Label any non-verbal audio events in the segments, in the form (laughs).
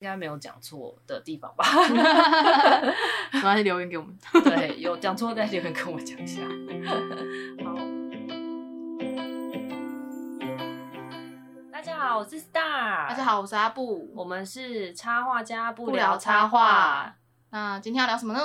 应该没有讲错的地方吧？ (laughs) (laughs) 然后留言给我们。对，有讲错在留言跟我讲一下。好，大家好，我是 Star，大家，好，我是阿布。我们是插画家不不聊聊插插画。那今天要聊什么呢？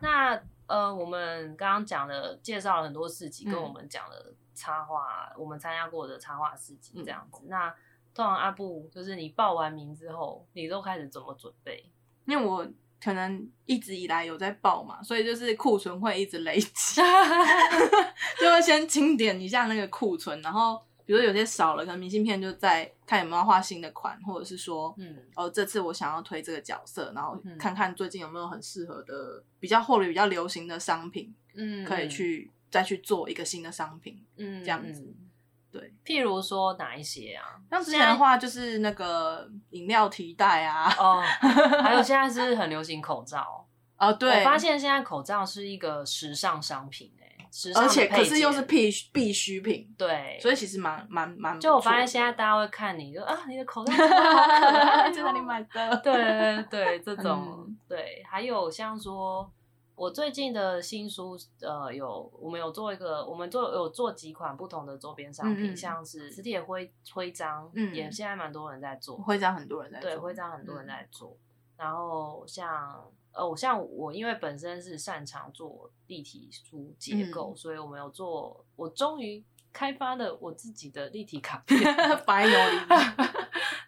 那呃，我们刚刚讲了，介绍了很多市集，嗯跟我们讲了插画，我们参加过的插画市嗯集这样子。那通常阿布就是你报完名之后，你都开始怎么准备？ (laughs) (laughs) 因为我可能一直以来有在报嘛，所以就是库存会一直累积， (laughs) 就会先清点一下那个库存，然后比如说有些少了，可能明信片就在看有没有要画新的款，或者是说，嗯哦，这次我想要推这个角色，然后嗯看看最近有没有很适合的、比较或者比较流行的商品，嗯可以去再去做一个新的商品。嗯这样子嗯对，譬如说哪一些啊？像之前的话，就是那个饮料提袋啊，哦，还有现在是不是很流行口罩？哦， (laughs) 对，我发现现在口罩是一个时尚商品哎、时尚而的且可配是又件是必需必需品，对，所以其实蛮蛮蛮不就我发现错的现在大家会看你，就啊，你的 (laughs) 口罩真的好可爱哦，在哪里买的？对对对，这种、嗯对，还有像说，我最近的新书，呃，有我们有做一个，我们做有做几款不同的周边商品，嗯嗯像是磁铁徽徽章，嗯也现在蛮多人在做，徽章很多人在做，嗯对，徽 (laughs) 章很多人在做，然后像。呃，我像我，因为本身是擅长做立体书嗯结构，所以我们有做，我终于开发了我自己的立体卡片， (laughs) 白牛里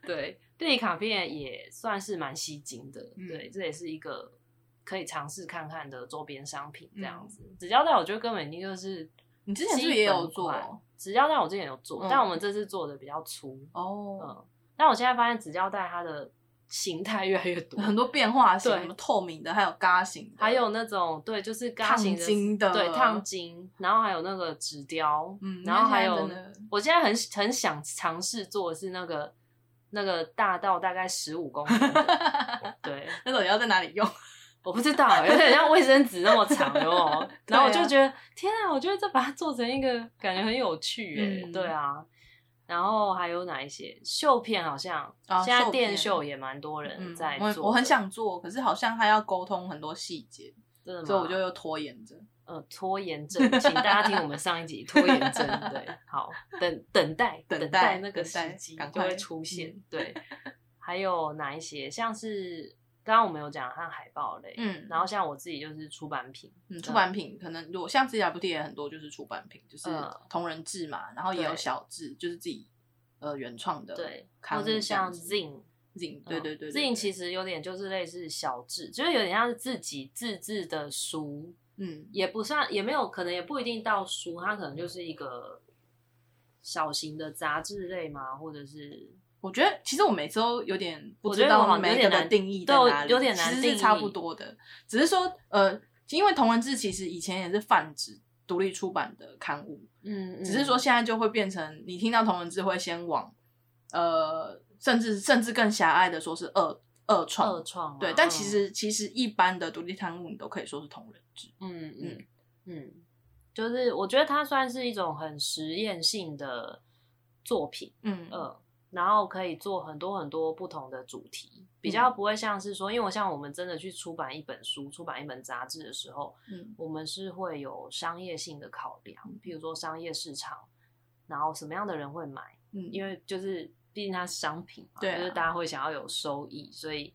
对，立体卡片也算是蛮吸睛的，嗯对，这也是一个可以尝试看看的周边商品这样子。纸胶带我觉得根本已经就是嗯你之基本款，前是不是也有做？哦纸胶带我之前有做，嗯但我们这次做的比较粗，哦，嗯，但我现在发现纸胶带它的形态越来越多，很多变化嗯型，对什么透明的，还有嘎型的，还有那种对，就是嘎烫型的金的对，烫金，然后还有那个纸雕，嗯然后还因有为现在真的我现在很很想尝试做的是那个那个大到大概十五公分的， (laughs) 对，那种要在哪里用？我不知道，欸有点像卫生纸那么长，有没有？然后我 (laughs) 对啊就觉得，天啊，我觉得这把它做成一个感觉很有趣耶、嗯对啊。然后还有哪一些绣片？好像、啊现在绣片电绣也蛮多人嗯在做的、我我很想做，可是好像还要沟通很多细节，真的吗，所以我就又拖延着。呃拖延症，请大家听我们上一 (laughs) 集拖延症，对，好，等等待等待待那个等待时机赶就快嗯会出现， (laughs) 对。还有哪一些？像是刚刚我们有讲像海报类，嗯然后像我自己就是出版品，嗯，出版品可能我像自己 F T 也很多，就是出版品，就是嗯同人志嘛，然后也有对小志，就是自己呃原创的，对，刊或物者是这样像子 Zin， Zin，对对对 Zin 其实实有点就是类似小字，就是有点像是自己自制的书，嗯也不算，也没有，可能也不一定到书，它可能就是一个小型的杂志类嘛，或者是我觉得其实我每次都有点不我知觉得我道好像有每一点个的难定义在对我哪里，有点难其实定是差义不多的，只是说呃，因为同人志其实以前也是泛指独立出版的刊物，嗯，只是说现在就会变成你听到同人志会先往呃，甚至甚至更狭隘的说是二二创二创啊嗯嘛，对，但其实、其实一般的独立刊物你都可以说是同人志，嗯，嗯嗯嗯嗯，就是我觉得它算是一种很实验性的作品，嗯嗯，然后可以做很多很多不同的主题，比较嗯不会像是说，因为我像我们真的去出版一本书、出版一本杂志的时候，嗯我们是会有商业性的考量，譬如说商业市场，然后什么样的人会买，嗯，因为为就是毕竟它是商品嘛，对啊就是大家会想要有收益，所以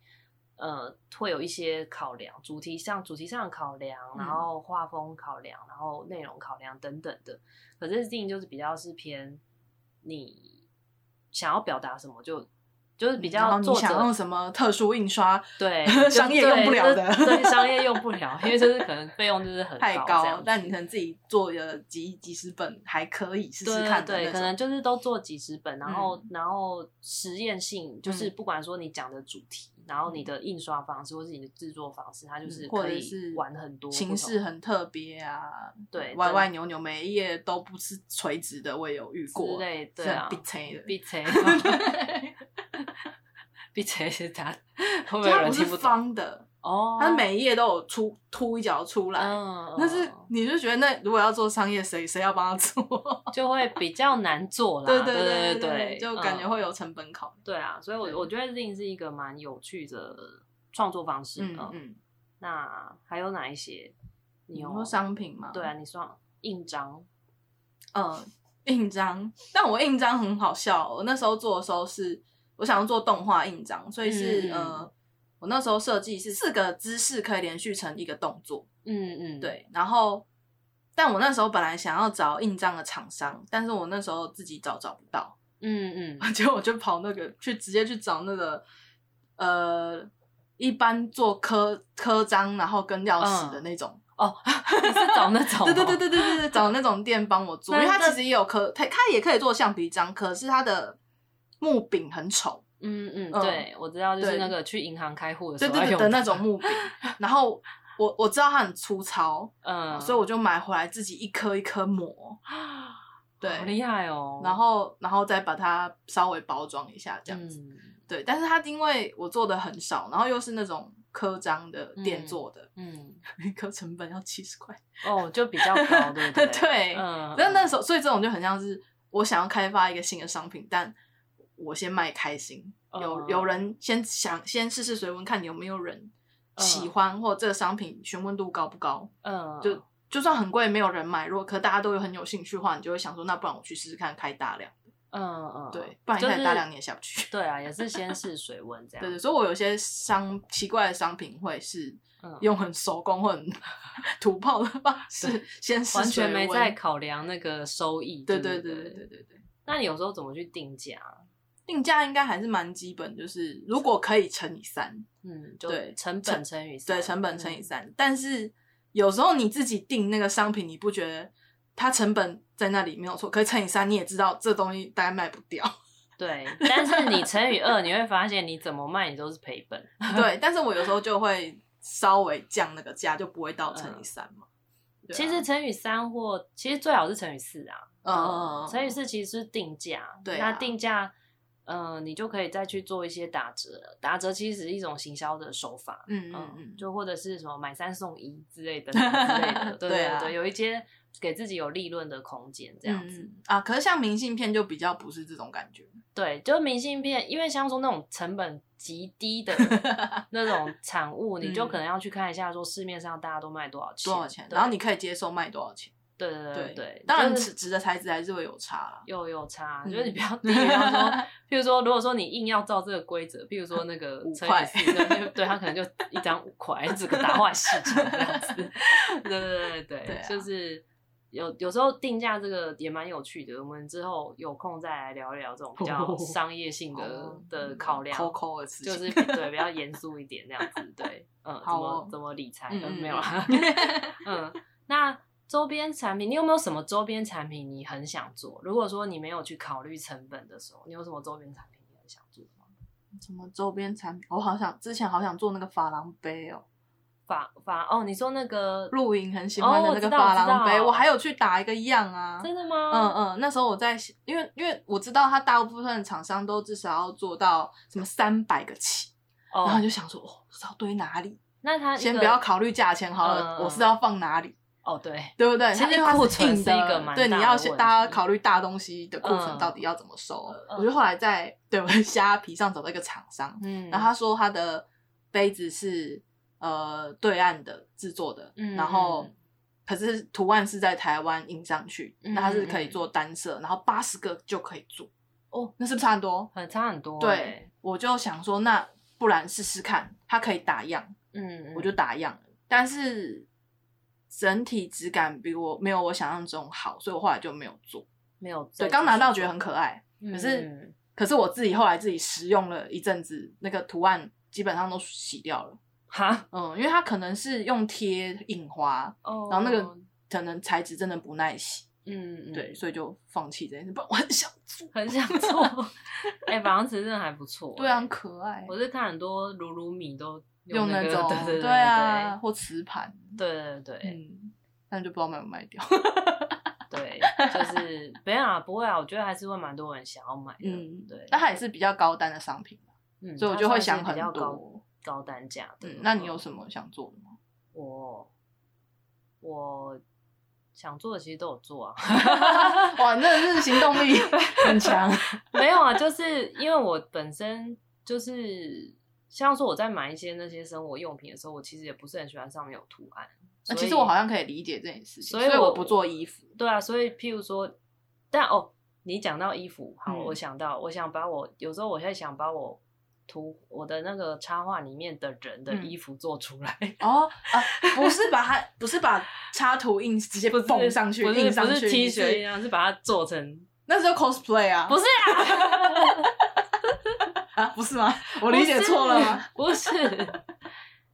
呃会有一些考量，主题上主题上的考量，嗯然后画风考量，然后内容考量等等的。可是 Zin 就是比较是偏你想要表达什么就。就是比较你作想用者什么特殊印刷对 (laughs) 商业用不了的就是对对商业用不了，因为就是可能费用就是很太高这样高子，但你可能自己做个几几十本还可以试试对看的对对，那可种能就是都做几十本，然后、然后实验性，就是嗯不管说你讲的主题，然后你的印刷方式或是你的制作方式，它就嗯是或可者以是玩很多不形同式很特别啊，对歪真歪扭扭，每一页都不是垂直的，我也有遇之过，类，对是啊很，逼切的，闭 (laughs) (laughs) 嘴，闭嘴是他，会不会就有它人不是听不懂？方的，哦，它每一页都有出凸一角出来。嗯，但是你就觉得，那如果要做商业，谁谁要帮他做？就会比较难做啦。对对对对就感觉嗯会有成本考量。对啊，所以我对我觉得 Zin 是一个蛮有趣的创作方式。嗯嗯，嗯，那还有哪一些？你你有说商品吗？对啊，，你说印章呃，印章，但我印章很好笑哦、我那时候做的时候是，我想要做动画印章，所以是、嗯嗯呃，我那时候设计是四个姿势可以连续成一个动作，嗯嗯，对，然后。但我那时候本来想要找印章的厂商，但是我那时候自己找找不到，嗯嗯，结果 (laughs) 我就跑那个去直接去找那个呃，一般做刻刻章然后跟钥匙嗯的那种，嗯你是找那种哦，对对对对对对对，找那种店帮我做，因那为它那其实也有可，它它也可以做橡皮章，可是它的木柄很丑，嗯嗯，嗯对，我知道，就是对那个去银行开户的时对候对要对用的那种，木柄。然后我我知道它很粗糙，嗯，所以我就买回来自己一颗一颗磨，对，好厉害哦。然后然后再把它稍微包装一下这样子，嗯对。但是它因为我做的很少，然后又是那种刻章的店嗯做的， (laughs) 嗯，一颗成本要七十块，哦，就比较高，对不对？ (laughs) 对嗯，但那时候候，所以这种就很像是我想要开发一个新的商品，但我先卖开心，有嗯有人先想先试试水温，看有没有人嗯喜欢，或者这个商品询问度高不高。嗯，就就算很贵，没有人买，如果可大家都有很有兴趣的话，你就会想说，那不然我去试试看开大量，嗯嗯，对，不然一就开是大量你也下不去。 (laughs) 对啊，也是先试水温这样，对对，所以我有些商奇怪的商品会是嗯用很手工或很 (laughs) 土炮的方式先试完全水没温在。考嗯量那个收益。对对对对不对对对对。那你有时候怎么去定价？定价应该还是蛮基本，就是如果可以乘以三，嗯，就对成本乘以三对，成本乘以三。嗯嗯但是有时候你自己定那个商品，你不觉得它成本在那里没有错，可是乘以三你也知道这东西大概卖不 (laughs) 掉。嗯对，但是你乘以二，你会发现你怎么卖你都是赔本。对，但是我有时候就会稍微降那个价，就不会到乘以三嘛。嗯对啊其实乘以三或其实最好是乘以四啊，嗯，嗯，嗯乘以四其实是定价，对啊那定价。嗯，你就可以再去做一些打折，打折其实是一种行销的手法，嗯嗯嗯，嗯，就或者是什么买三送一之类 (laughs) 的之类的，对对对啊对，有一些给自己有利润的空间这这样子。啊。可是像明信片就比较不是这种感觉，对，就是明信片，因为像说那种成本极低 (laughs) 的那种产物，你就可能要去看一下，说市面上大家都卖多少钱，嗯多少钱？对然后你可以接受卖多少钱？对对对对对，，当然就是纸纸的材质还是会有差啦。有有差，嗯就是你不 (laughs) 要定，然后说，譬如说，如果说你硬要照这个规则，譬如说那个五乘块以四，对对，他可能就一张五块，整个打坏市场这样子。对对对对，对啊就是有有时候定价这个也蛮有趣的，我们之后有空再来聊一聊这种比较商业性的、哦的考量。抠抠的事情，就是对，比较严肃一点那样子，对，嗯，怎好么、哦怎么理财，嗯嗯，嗯没有啦，(laughs) 嗯嗯，那周边产品，你有没有什么周边产品你很想做？如果说你没有去考虑成本的时候，你有什么周边产品你很想做吗？ (laughs) 什么周边产品，我好想之前好想做那个珐琅杯哦，法法哦，你说那个露营很喜欢的哦那个我知道珐琅杯，我知道我还有去打一个样啊。真的嗯吗？嗯嗯，那时候我在，因为因为我知道它大部分的厂商都至少要做到什么三百个起，然后哦你，就想说，哦，不知道堆哪里，那它一先个不要考虑价钱好嗯嗯了，我是要放哪里，哦，对，对不对？其实因为它库存硬的是一个蛮对，大你的要问先题大家考虑大东西的库存嗯到底要怎么收。嗯我就后来在对我在虾皮上找到一个厂商，嗯，然后他说他的杯子是呃对岸的制作的，嗯然后嗯可是图案是在台湾印上去，嗯那它是可以做单色，然后八十个就可以做，哦，那是不是差很多？很差很多、对欸，，我就想说，那不然试试看，它可以打样，嗯，我就打样了，但是整体质感比我没有我想象中好，所以我后来就没有做。没有再对，继续做，刚拿到觉得很可爱，嗯，可可是可是我自己后来自己使用了一阵子，那个图案基本上都洗掉了。哈，嗯，因为它可能是用贴印花，哦，然后那个可能材质真的不耐洗，嗯，嗯对，，所以就放弃这件事。不然我很想做，很想做， (laughs) 哎、欸，法郎瓷真的还不错、欸对啊，很可爱，我是看很多鲁鲁米都用那那个 (laughs) 种 (laughs) 对对对啊，或瓷盘，对对对对嗯，但就不知道卖不卖掉。对，就是没有啊，不会啊，我觉得还是会蛮多人想要买的，嗯，对，但它也是比较高单的商品，嗯所以我就会想很多。高单价的。嗯，那你有什么想做的吗？ (laughs) 我我想做的其实都有做啊， (laughs) 哇，你真的是行动力 (laughs) 很强。没有啊，就是因为我本身就是像说我在买一些那些生活用品的时候，我其实也不是很喜欢上面有图案。那所其实以我好像可以理解这件事情，所所以我我不做衣服。对啊，所以譬如说，但哦，你讲到衣服，好，嗯我想到，我想把我有时候我会想把我图我的那个插画里面的人的嗯衣服做出来， (laughs) 哦，啊，不是把它，不是把插图印直 (laughs) 接不是蹦上去，不是印上不去是 T 你恤是一样，是把它做成，那就 cosplay 啊，不是啊，啊，不是 (laughs) 吗？我理解错了吗？不是？不是。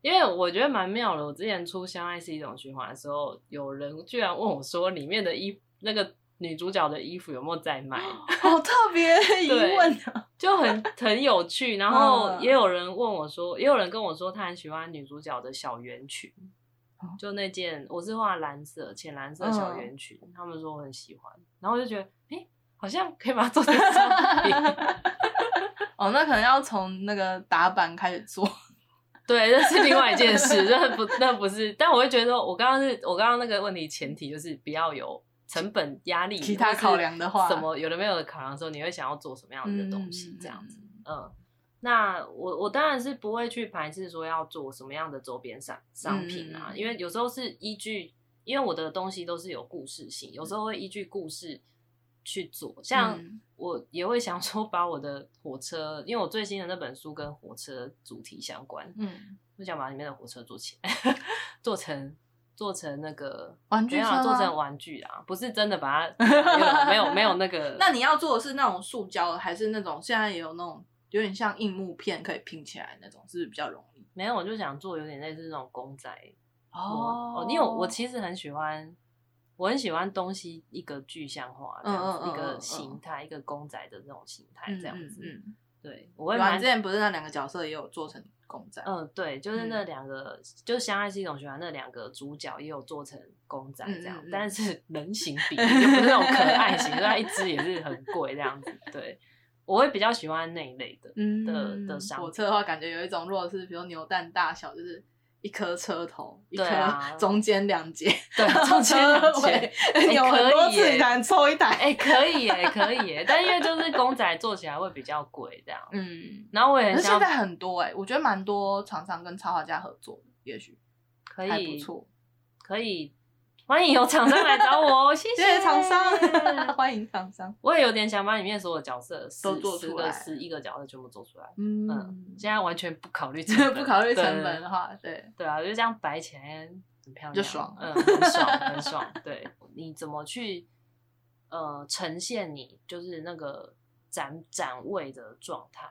因为我觉得蛮妙的，我之前出《相爱是一种循环》的时候，有人居然问我说，里面的衣那个女主角的衣服有没有在卖？ (laughs) 好特别的疑对问啊！就很 (laughs) 很有趣。然后嗯也有人问我说，也有人跟我说他很喜欢女主角的小圆裙哦，嗯就那件我是画蓝色、浅蓝色小圆裙，他们说我很喜欢，然后我就觉得，哎、好像可以把它做成商 (laughs) 品。哦，那可能要从那个打板开始做。对，这是另外一件事，那不那不是，但我会觉得说我刚刚是我刚刚那个问题前提就是不要有成本压力，其他考量的话嗯或是什么有的没有的考量的时候，你会想要做什么样的东西这样子。嗯，那我我当然是不会去排斥说要做什么样的周边商商品啊，嗯因为有时候是依据，因为我的东西都是有故事性，有时候会依据故事去做。像嗯我也会想说，把我的火车，因为我最新的那本书跟火车主题相关，嗯，我想把里面的火车做起来， (laughs) 做成做成那个玩具没有啊车做吗成玩具啊，不是真的把它 (laughs) 没有没有没有那个。 (laughs) 那你要做的是那种塑胶的，还是那种现在也有那种有点像硬木片可以拼起来的那种，是不是比较容易？没有，我就想做有点类似那种公仔我哦，因为我我其实很喜欢，我很喜欢东西一个具象化这样子，嗯嗯嗯一嗯个嗯形态，一个公仔的那种形态嗯这样子。嗯嗯对，我会对啊，蛮你之前不是那两个角色也有做成公仔？嗯，对，就是嗯那两个，就是《相爱是一种循环》那两个主角也有做成公仔这样，嗯嗯嗯但是 (laughs) 人形比例就不是那种可爱型，所以它一只也是很贵这样子。对，我会比较喜欢那一类的。嗯 (laughs) 的的商火品车的话，感觉有一种，如果是比如牛蛋大小，就是一颗车头，一颗对啊中间两节，对，中间两车节尾， (laughs) 你有很多次可以耶你才能抽一台。哎、可以耶，可以耶，但因为就是公仔做起来会比较贵这样。 (laughs) 嗯，然后我也可很是想现在很多哎、我觉得蛮多厂商跟插画家合作的，也许可还以不错。可以，欢迎有厂商来找我 (laughs) 哦，谢谢谢厂商，商。 (laughs) 欢迎厂商。我也有点想把里面所有角色十都做十出个来十一个角色全部做出来。嗯，现在完全不考虑成本， (laughs) 不考虑成对本的话，对，对啊，就这样摆起来很漂亮，就爽嗯，很爽，很爽。 (laughs) 对，你怎么去呃呈现你就是那个展展位的状态？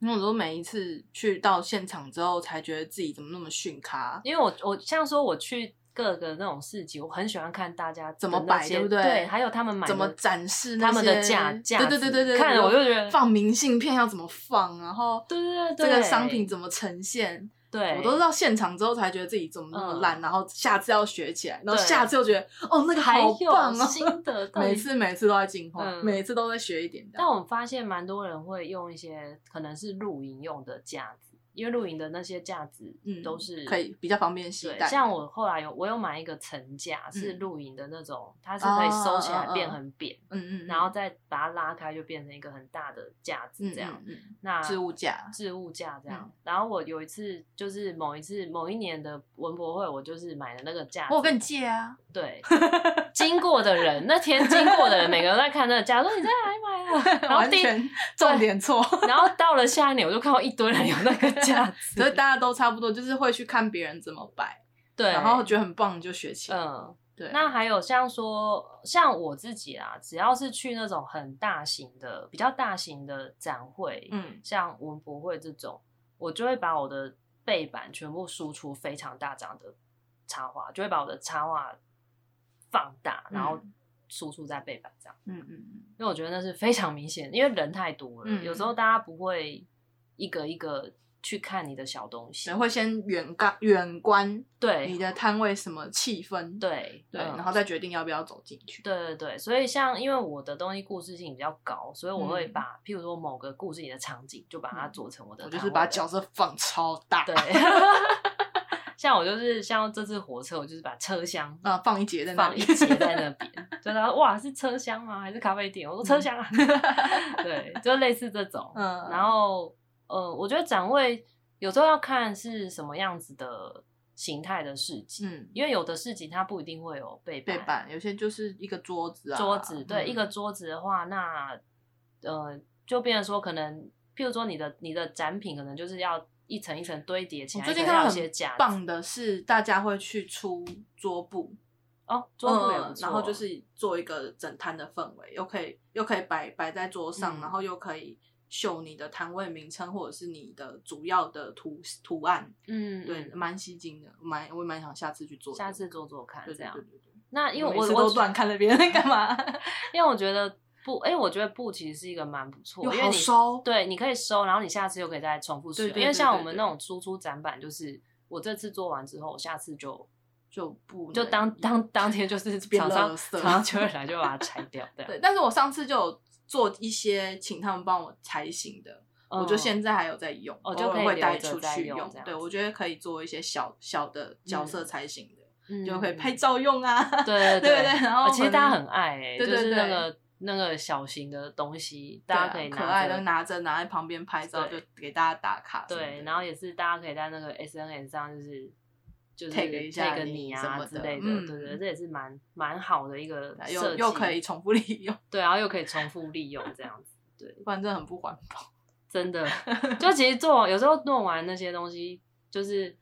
因为我都每一次去到现场之后，才觉得自己怎么那么逊咖。因为我我像说我去各个那种市集，我很喜欢看大家怎么的那摆些对不对？对还有他们买怎么的展示那他们的些价价值？对对对对对，看了我就觉得放明信片要怎么放，然后对对对这对个商品怎么呈现，对，嗯我都是到现场之后才觉得自己怎么那么烂，然后下次要学起来，然后对下次又觉得哦那个还好有棒哦，新的到底每次每次都在进化，嗯每次都在学一点这但样。我们发现蛮多人会用一些可能是露营用的架子，因为露营的那些架子嗯，都是、可以比较方便携对，带。像我后来有我有买一个层架，是嗯露营的那种，它是可以收起哦哦来哦变很扁，嗯，嗯嗯，然后再把它拉开就变成一个很大的架子嗯这样。嗯嗯那置物架，嗯置物架这样。然后我有一次就是某一次某一年的文博会，我就是买了那个架子，我有跟你借啊，对经过的人，那天经过的人每个人都在看那个架，说你在哪里 (laughs) 买啊的？然后完第一全重点错，然后到了下一年，我就看到一堆人有那个架子，所以大家 (laughs) 都差不多，就是会去看别人怎么摆，对，然后觉得很棒你就学起来。嗯，对，那还有像说，像我自己啦，只要是去那种很大型的、比较大型的展会，嗯像文博会这种，我就会把我的背板全部输出非常大张的插画，就会把我的插画放大，然后输出在背板上，嗯嗯嗯，因为我觉得那是非常明显，因为人太多了，嗯有时候大家不会一个一个去看你的小东西对，，会先远观远观你对的摊位什么气氛，对对，嗯然后再决定要不要走进去。对对对，所以像因为我的东西故事性比较高，所以我会嗯把、譬如说某个故事里的场景，就把它嗯做成我的我摊就位的。是把角色放超大，对， (laughs) 像我就是像这次火车，我就是把车厢啊，放一节在那放里一，节在那边，就他说哇是车厢吗？还是咖啡店？我说车厢啊， (laughs) 对，就类似这种。 (laughs) 嗯，然后呃，我觉得展位有时候要看是什么样子的形态的市集，嗯，因为有的市集它不一定会有背背板板有些就是一个桌子啊，桌子，对，嗯一个桌子的话，那呃，就变成说可能，譬如说你的你的展品可能就是要一层一层堆叠起来，我哦最近可看能要有到一些很架子棒的是，大家会去出桌布，哦，桌布也不嗯错，然后就是做一个整摊的氛围，又可以又可以摆摆在桌上，嗯然后又可以秀你的摊位名称或者是你的主要的图图案，嗯，对，嗯，蛮吸睛的，蛮我也蛮想下次去做的，下次做做看对这样对。对对对那因为每我次我都乱看了别人在 (laughs) 干嘛，因为我觉得布，哎，我觉得布其实是一个蛮不错，又因为好你收，对，你可以收，然后你下次又可以再重复使对用。对因为对像对我们对那种输出展板，就是我这次做完之后，我下次就就不就能当当当天就是 (laughs) 变厂商垃圾厂商就会来就把它拆掉，这样对，但是我上次就有做一些请他们帮我拆型的，我就嗯现在还有在用，哦偶就尔可以会留带着出再去用用这样。对，子我觉得可以做一些小小的角色才行的，嗯就可以拍。照用啊。 (laughs) 对对对对然后呃其实可能大家很爱欸，对就对是那对个那个小型的东西，对大啊家可以可爱的着拿着拿在旁边拍照，就对给大家打卡什么的。对，然后也是大家可以在那个 SNS 上就是就是 Tag 一下 tag 你你什啊么之的类的，嗯对对，这也是蛮蛮好的一个对啊设又计，又可以重复利用，对，然后又可以重复利用这样子，对，不然真的很不环保。真的，就其实做完有时候弄完那些东西，就是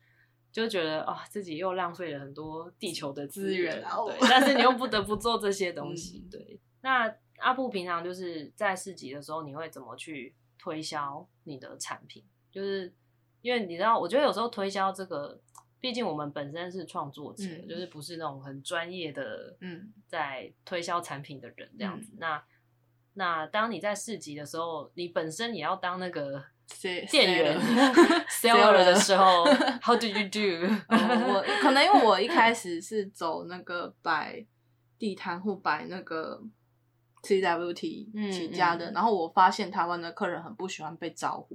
就觉得啊、自己又浪费了很多地球的资源，资源啊哦对，但是你又不得不做这些东西，嗯对。那阿布平常就是在市集的时候，你会怎么去推销你的产品？就是因为你知道，我觉得有时候推销这个，毕竟我们本身是创作者，嗯就是不是那种很专业的，嗯，在推销产品的人这样子。那那当你在市集的时候，你本身也要当那个店店 (laughs) 员 Seller seller 的时 (laughs) 候，How do you do？哦我可能因为我一开始是走那个摆地摊或摆那个 CWT 嗯起家的，嗯然后我发现台湾的客人很不喜欢被招呼，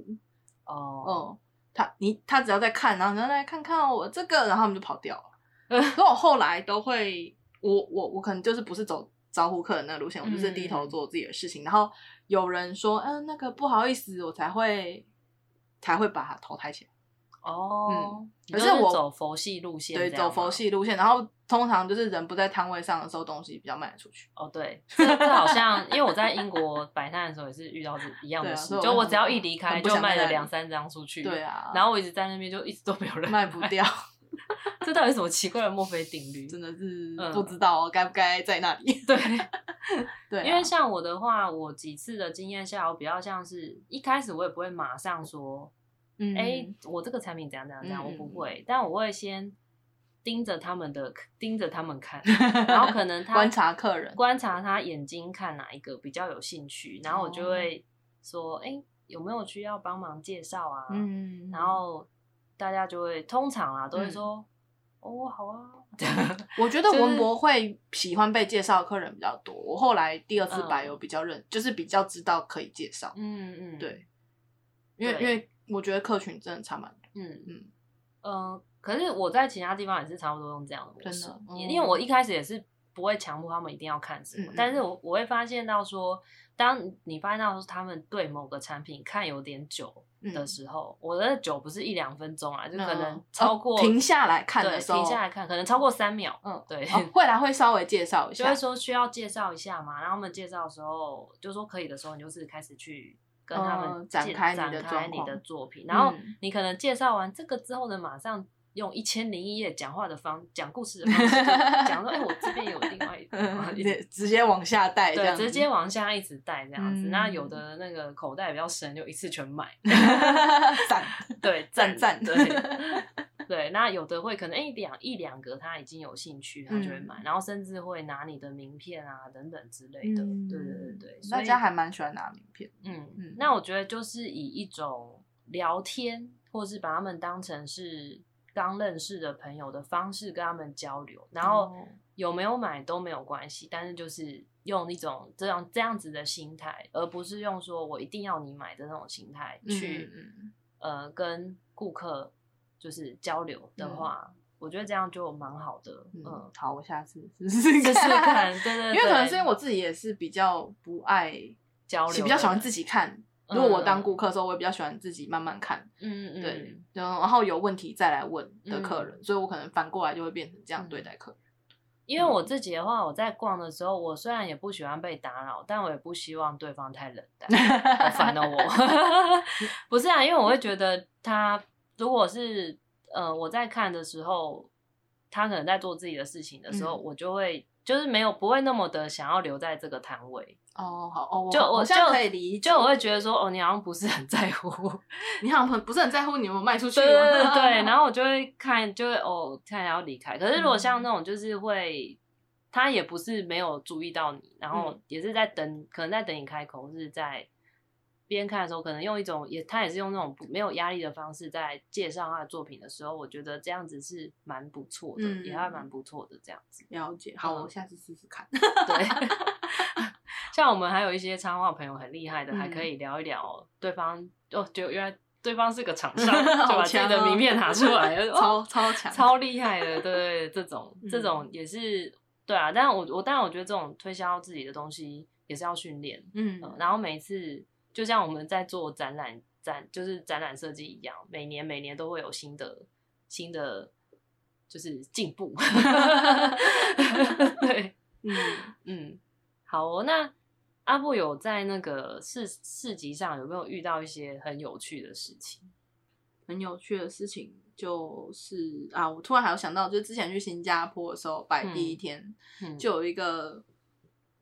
哦，哦、他你他只要在看，然后你要来看看我这个，然后他们就跑掉 (laughs) 了。所以我后来都会，我我我可能就是不是走招呼客人那个路线，我就是低头嗯做自己的事情。然后有人说，嗯、那个不好意思，我才会才会把他头抬起来。哦，你可就是嗯我走佛系路线，对，走佛。系路线，然后通常就是人不在摊位上的时候，东西比较卖得出去。哦，对，这这好像因为我在英国摆摊的时候也是遇到这一样对的啊事所以，我就我很只要一离开很不就想卖在了那里两三张出去，对，啊，然后后我一直在那边就一直都没有人卖不， (laughs) 掉，这到底是什么奇怪的墨菲定律？真的是嗯不知道该不该在那里。 (laughs) 对，对啊，因为像我的话，我几次的经验下，我比较像是一开始我也不会马上说嗯哎、我这个产品怎样怎样怎样，我嗯不嗯嗯会，但我会先盯着他们的， (laughs) 盯着他们看，然 (laughs) 后可能他观察客人观察他眼睛看哪一个比较有兴趣，然后我就哦会说，哎、有没有需要帮忙介绍啊？嗯然后大家就会通常啊都会嗯说，哦，好啊， (laughs) 我觉得就是文博会喜欢被介绍的客人比较多。我后来第二次摆嗯有比较认，就是比较知道可以介绍，嗯嗯，对，因为对因为我觉得客群真的差蛮多。嗯嗯嗯呃，可是我在其他地方也是差不多用这样的模真式，的哦因因为我一开始也是不会强迫他们一定要看什么，嗯嗯但是我我会发现到说，当你发现到他们对某个产品看有点久的嗯，时候，我的久不是一两分钟啊，就可能嗯超过、哦停下来看对的时候，停下来看，可能超过三秒，嗯对。 (laughs) 哦会来会稍微介绍一就下会，说需要介绍一下嘛，然后他们介绍的时候就说可以的时候，你就是开始去跟他哦们展介开你展的开状你况的作品，然后嗯你可能介绍完这个之后呢，马上用一千零一夜讲话的方讲故事的方式 (laughs) 就讲说，哎、我这边有另外一一对嗯直接往下带这对，样子，直 (laughs) 接往下一直带这样子。嗯那有的那个口袋比较深，就一次全买。散。对，赞赞对对。那有的会可能哎两一两个他已经有兴趣，他就会嗯买，然后甚至会拿你的名片啊等等之类的。对对对对，所嗯大以家还蛮喜欢拿名片，嗯嗯那我觉得就是以一种聊天或是把他们当成是刚认识的朋友的方式跟他们交流，然后哦有没有买都没有关系，但是就是用一种这样这样子的心态，而不是用说我一定要你买的那种心态去、嗯呃跟顾客就是交流的话，我觉得这样就蛮好的，嗯，嗯嗯，好，我下次试试试试看，对对对， (laughs) 因为可能是因为我自己也是比较不爱，交流的人比较喜欢自己看。嗯如果我当顾客的时候，我也比较喜欢自己慢慢看，嗯嗯对嗯，然后有问题再来问的客人，所以我可能反过来就会变成这样对嗯待客人。 (laughs) 因为嗯我自己的话，我在逛的时候，我虽然也不喜欢被打扰，但我也不希望对方太冷淡。好烦哦我。 (laughs) 不是啊，因为我会觉得他如果是呃我在看的时候，他可能在做自己的事情的时候，嗯我就会就是没有不会那么的想要留在这个摊位，哦，好哦，就我我好就像可以理解，就我会觉得说哦，你好像不是很在乎，你好像很不是很在乎你有没有卖出去对哦，对对对 (laughs) 对，然后我就会看，就会哦看要离开。可是如果像嗯那种就是会。他也不是没有注意到你，然后嗯也是在等，可能在等你开口，或是在边看的时候，可能用一种也他也是用那种不没有压力的方式在介绍他的作品的时候，我觉得这样子是蛮不错的，嗯。也还蛮不错的这样子了解，好，嗯我下次试试 (laughs) 看。对，像我们还有一些插画朋友很厉害的，还嗯可以聊一聊对方哦，就原来对方是个厂 (laughs) 商，就好把自己强的哦名片拿出来， (laughs) 就哦超超强，超厉害的，对对，这种嗯这种也是对啊。但我我当然我觉得这种推销自己的东西也是要训练，嗯嗯，然后每次就像我们在做展览展就是展览设计一样，每年每年都会有新的新的就是进步， (laughs) 对，嗯，嗯，好哦，那。阿布有在那个市市集上有没有遇到一些很有趣的事情？很有趣的事情就是啊，我突然还有想到，就是之前去新加坡的时候，摆第一天、嗯，就有一个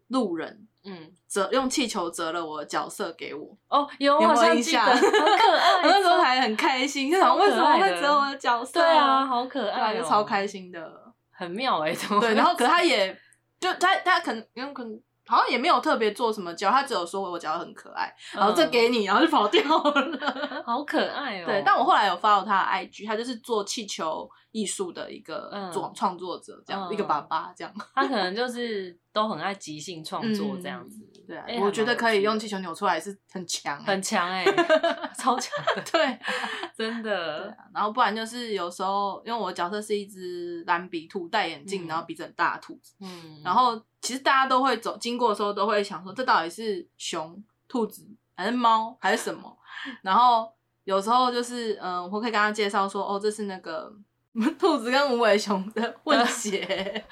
路人嗯，折用气球折了我的角色给我，哦，有，我有好没有像印记得，象？很可爱， (laughs) 我那时候还很开心，就想超可爱为的什么会折我的角色？对啊，，好可对爱、啊，哦，就超开，(laughs) 心的。很妙哎、怎么对，然后 (laughs) 可他也就他他可能因为可能好像也没有特别做什么脚，他只有说我脚很可爱，然后这给你，然后就跑掉了。嗯好可爱哦、对，但我后来有 follow 他的 IG，他就是做气球艺术的一个嗯作创作者，这样、嗯一个爸爸这样。他可能就是都很爱即兴创作这样子，对啊、哎还蛮我觉得可以用有气球扭出来是很强、欸趣的很强哎、超强 (laughs) 的，对啊真对的，啊。然后不然就是有时候，因为我的角色是一只蓝鼻兔，戴眼镜，嗯然后鼻子很大的兔子。嗯，然后其实大家都会走经过的时候都会想说，这到底是熊、兔子还是猫还是什么？ (laughs) 然后有时候就是嗯、呃我可以跟他介绍说，哦，这是那个 (laughs) 兔子跟无尾熊的 (laughs) 混血。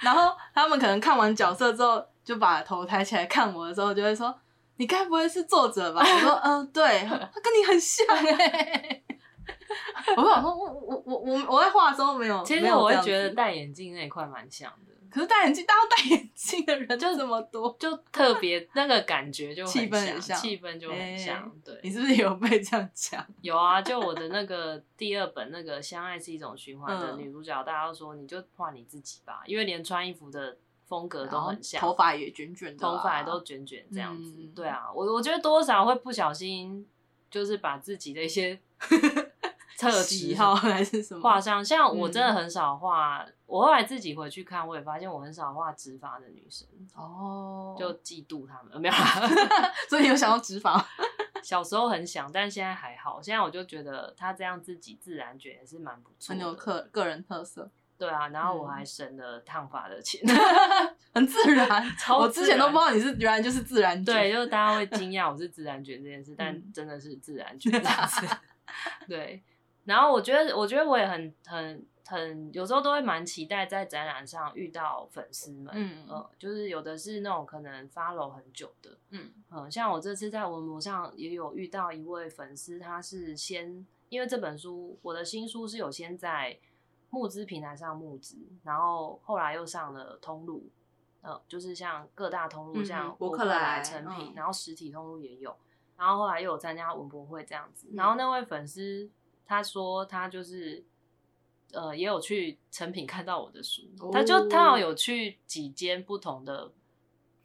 然后他们可能看完角色之后，就把头抬起来看我的时候，就会说。你该不会是作者吧？我说，嗯、对，他跟你很像哎、 (laughs) 我想说，我我我我我在画的时候没有，其实没有我这会样觉得子戴眼镜那一块蛮像的，可是戴眼镜，大家戴眼镜的人就这么多，就特别那个感觉就气氛很很像哎气氛就很像，对，你是不是有被这样讲？有啊，就我的那个第二本那个《相爱是一种循环》的嗯女主角，大家都说你就画你自己吧，因为连穿衣服的风格然都后很像，头发也卷卷的啊、头发也都卷卷这样子。嗯对啊，我我觉得多少会不小心，就是把自己的一些 (laughs) 特质喜好还是什么嗯画上。像我真的很少画，我后来自己回去看，我也发现我很少画直发的女生，哦，就嫉妒她们。没有 (laughs) 啦，所以有想要植发，小时候很想，但现在还好。现在我就觉得她这样自己自然卷也是蛮不错很有的。个个人特色，对啊，然后我嗯还省了烫发的钱。很自然。超我之前都不自然知道你是原来就是自然卷对，就是大家 (laughs) 会惊讶我是自然卷这件事，但嗯真的是自然卷这样 (laughs) 子。对，然后我觉得，我觉得我也很很很，有时候都会蛮期待在展览上遇到粉丝们。嗯呃，就是有的是那种可能 follow 很久的，嗯嗯、像我这次在文博上也有遇到一位粉丝，他是先因为这本书，我的新书是有先在募资平台上募资，然后后来又上了通路，呃，就是像各大通路，嗯像博博客客来来成品，嗯然后实体通路也有，然后后来又有参加文博会这样子，嗯然后那位粉丝他说他就是。呃，也有去成品看到我的书，哦他就他好像有去几间不同的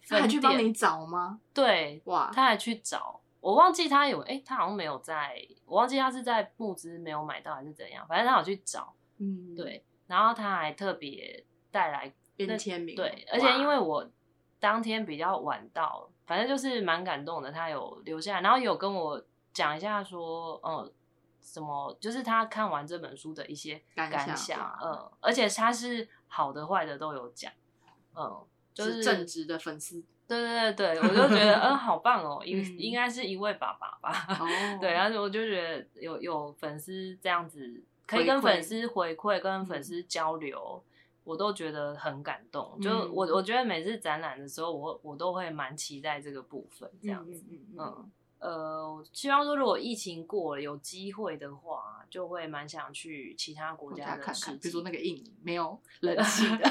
他分还店，去帮你找吗？对，哇，他还去找，我忘记他有，哎、他好像没有在，我忘记他是在募资没有买到还是怎样，反正他有去找，嗯，，对，然后他还特别带来，边签名，对，而且因为我当天比较晚到，反正就是蛮感动的，他有留下来，然后也有跟我讲一下说，嗯，什么，就是他看完这本书的一些感感想想，嗯，而且他是好的坏的都有讲，嗯，就是是正直的 (laughs) 粉丝对对对对，我就觉得嗯，好棒 (laughs) 哦，应、嗯应该是一位爸爸吧。，哦 (laughs) 对，然后我就觉得有有粉丝这样子，可以跟回馈嗯粉丝回馈，跟粉丝交流，我都觉得很感动。就嗯我我觉得每次展览的时候，我我都会蛮期待这个部分这这样样子子。，嗯嗯嗯，呃，我希望说如果疫情过了，有机会的话，就会蛮想去其他国我家家的看市看，集。比如说那个印尼没有人气的， (laughs)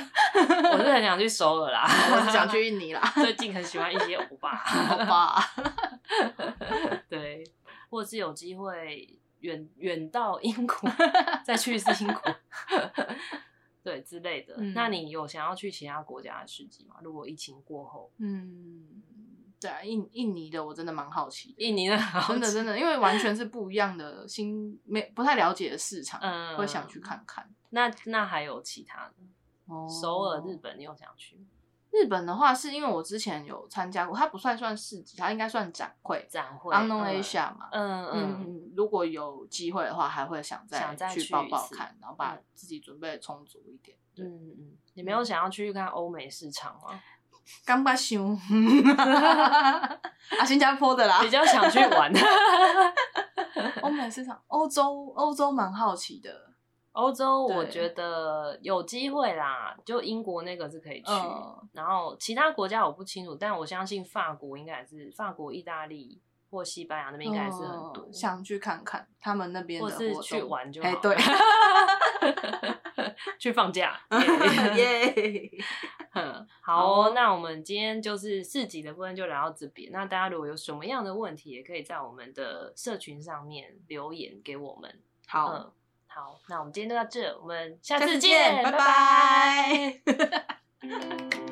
我是很想去首尔啦，我是想，去印尼 (laughs) 啦，最近很喜欢一些欧巴。好吧，对，或者是有机会远远到英国再去一次英国， (laughs) 对之类的。嗯那你有想要去其他国家的市集吗？如果疫情过后，嗯，对啊，印印尼的我真的蛮好奇的。印尼的真的真的，因为完全是不一样的新，没不太了解的市场，嗯会想去。看看。那那还有其他的，哦首尔、日本，你有想去吗日本的话，是因为我之前有参加过，它不算算市集，它应该算展会展会，Unknown 嗯 Asia 嘛。嗯嗯，嗯，如果有机会的话，还会想想再去去报一报次看，然后把嗯自己准备得充足一点。对嗯嗯，你没有想要去看欧美市场 (laughs) 吗？刚巴熊 (laughs) 啊，新加坡的啦比，较想去玩 (laughs) 欧美市场，欧洲欧洲蛮好奇的。欧洲，我对觉得有机会啦，就英国那个是可以去，嗯然后其他国家我不清楚，但我相信法国应该也是法国、意大利或西班牙那边应该也是很多，嗯想去看看他们那边的或活是动，去玩就好哎、了 (laughs) 对，去放 (laughs) 假。 (laughs) 耶！ (laughs) 嗯好哦好哦那我们今天就是四集的部分就聊到这边。那大家如果有什么样的问题，也可以在我们的社群上面留言给我们。好，嗯，好，那我们今天就到这，我们下下次次见，见，拜拜拜。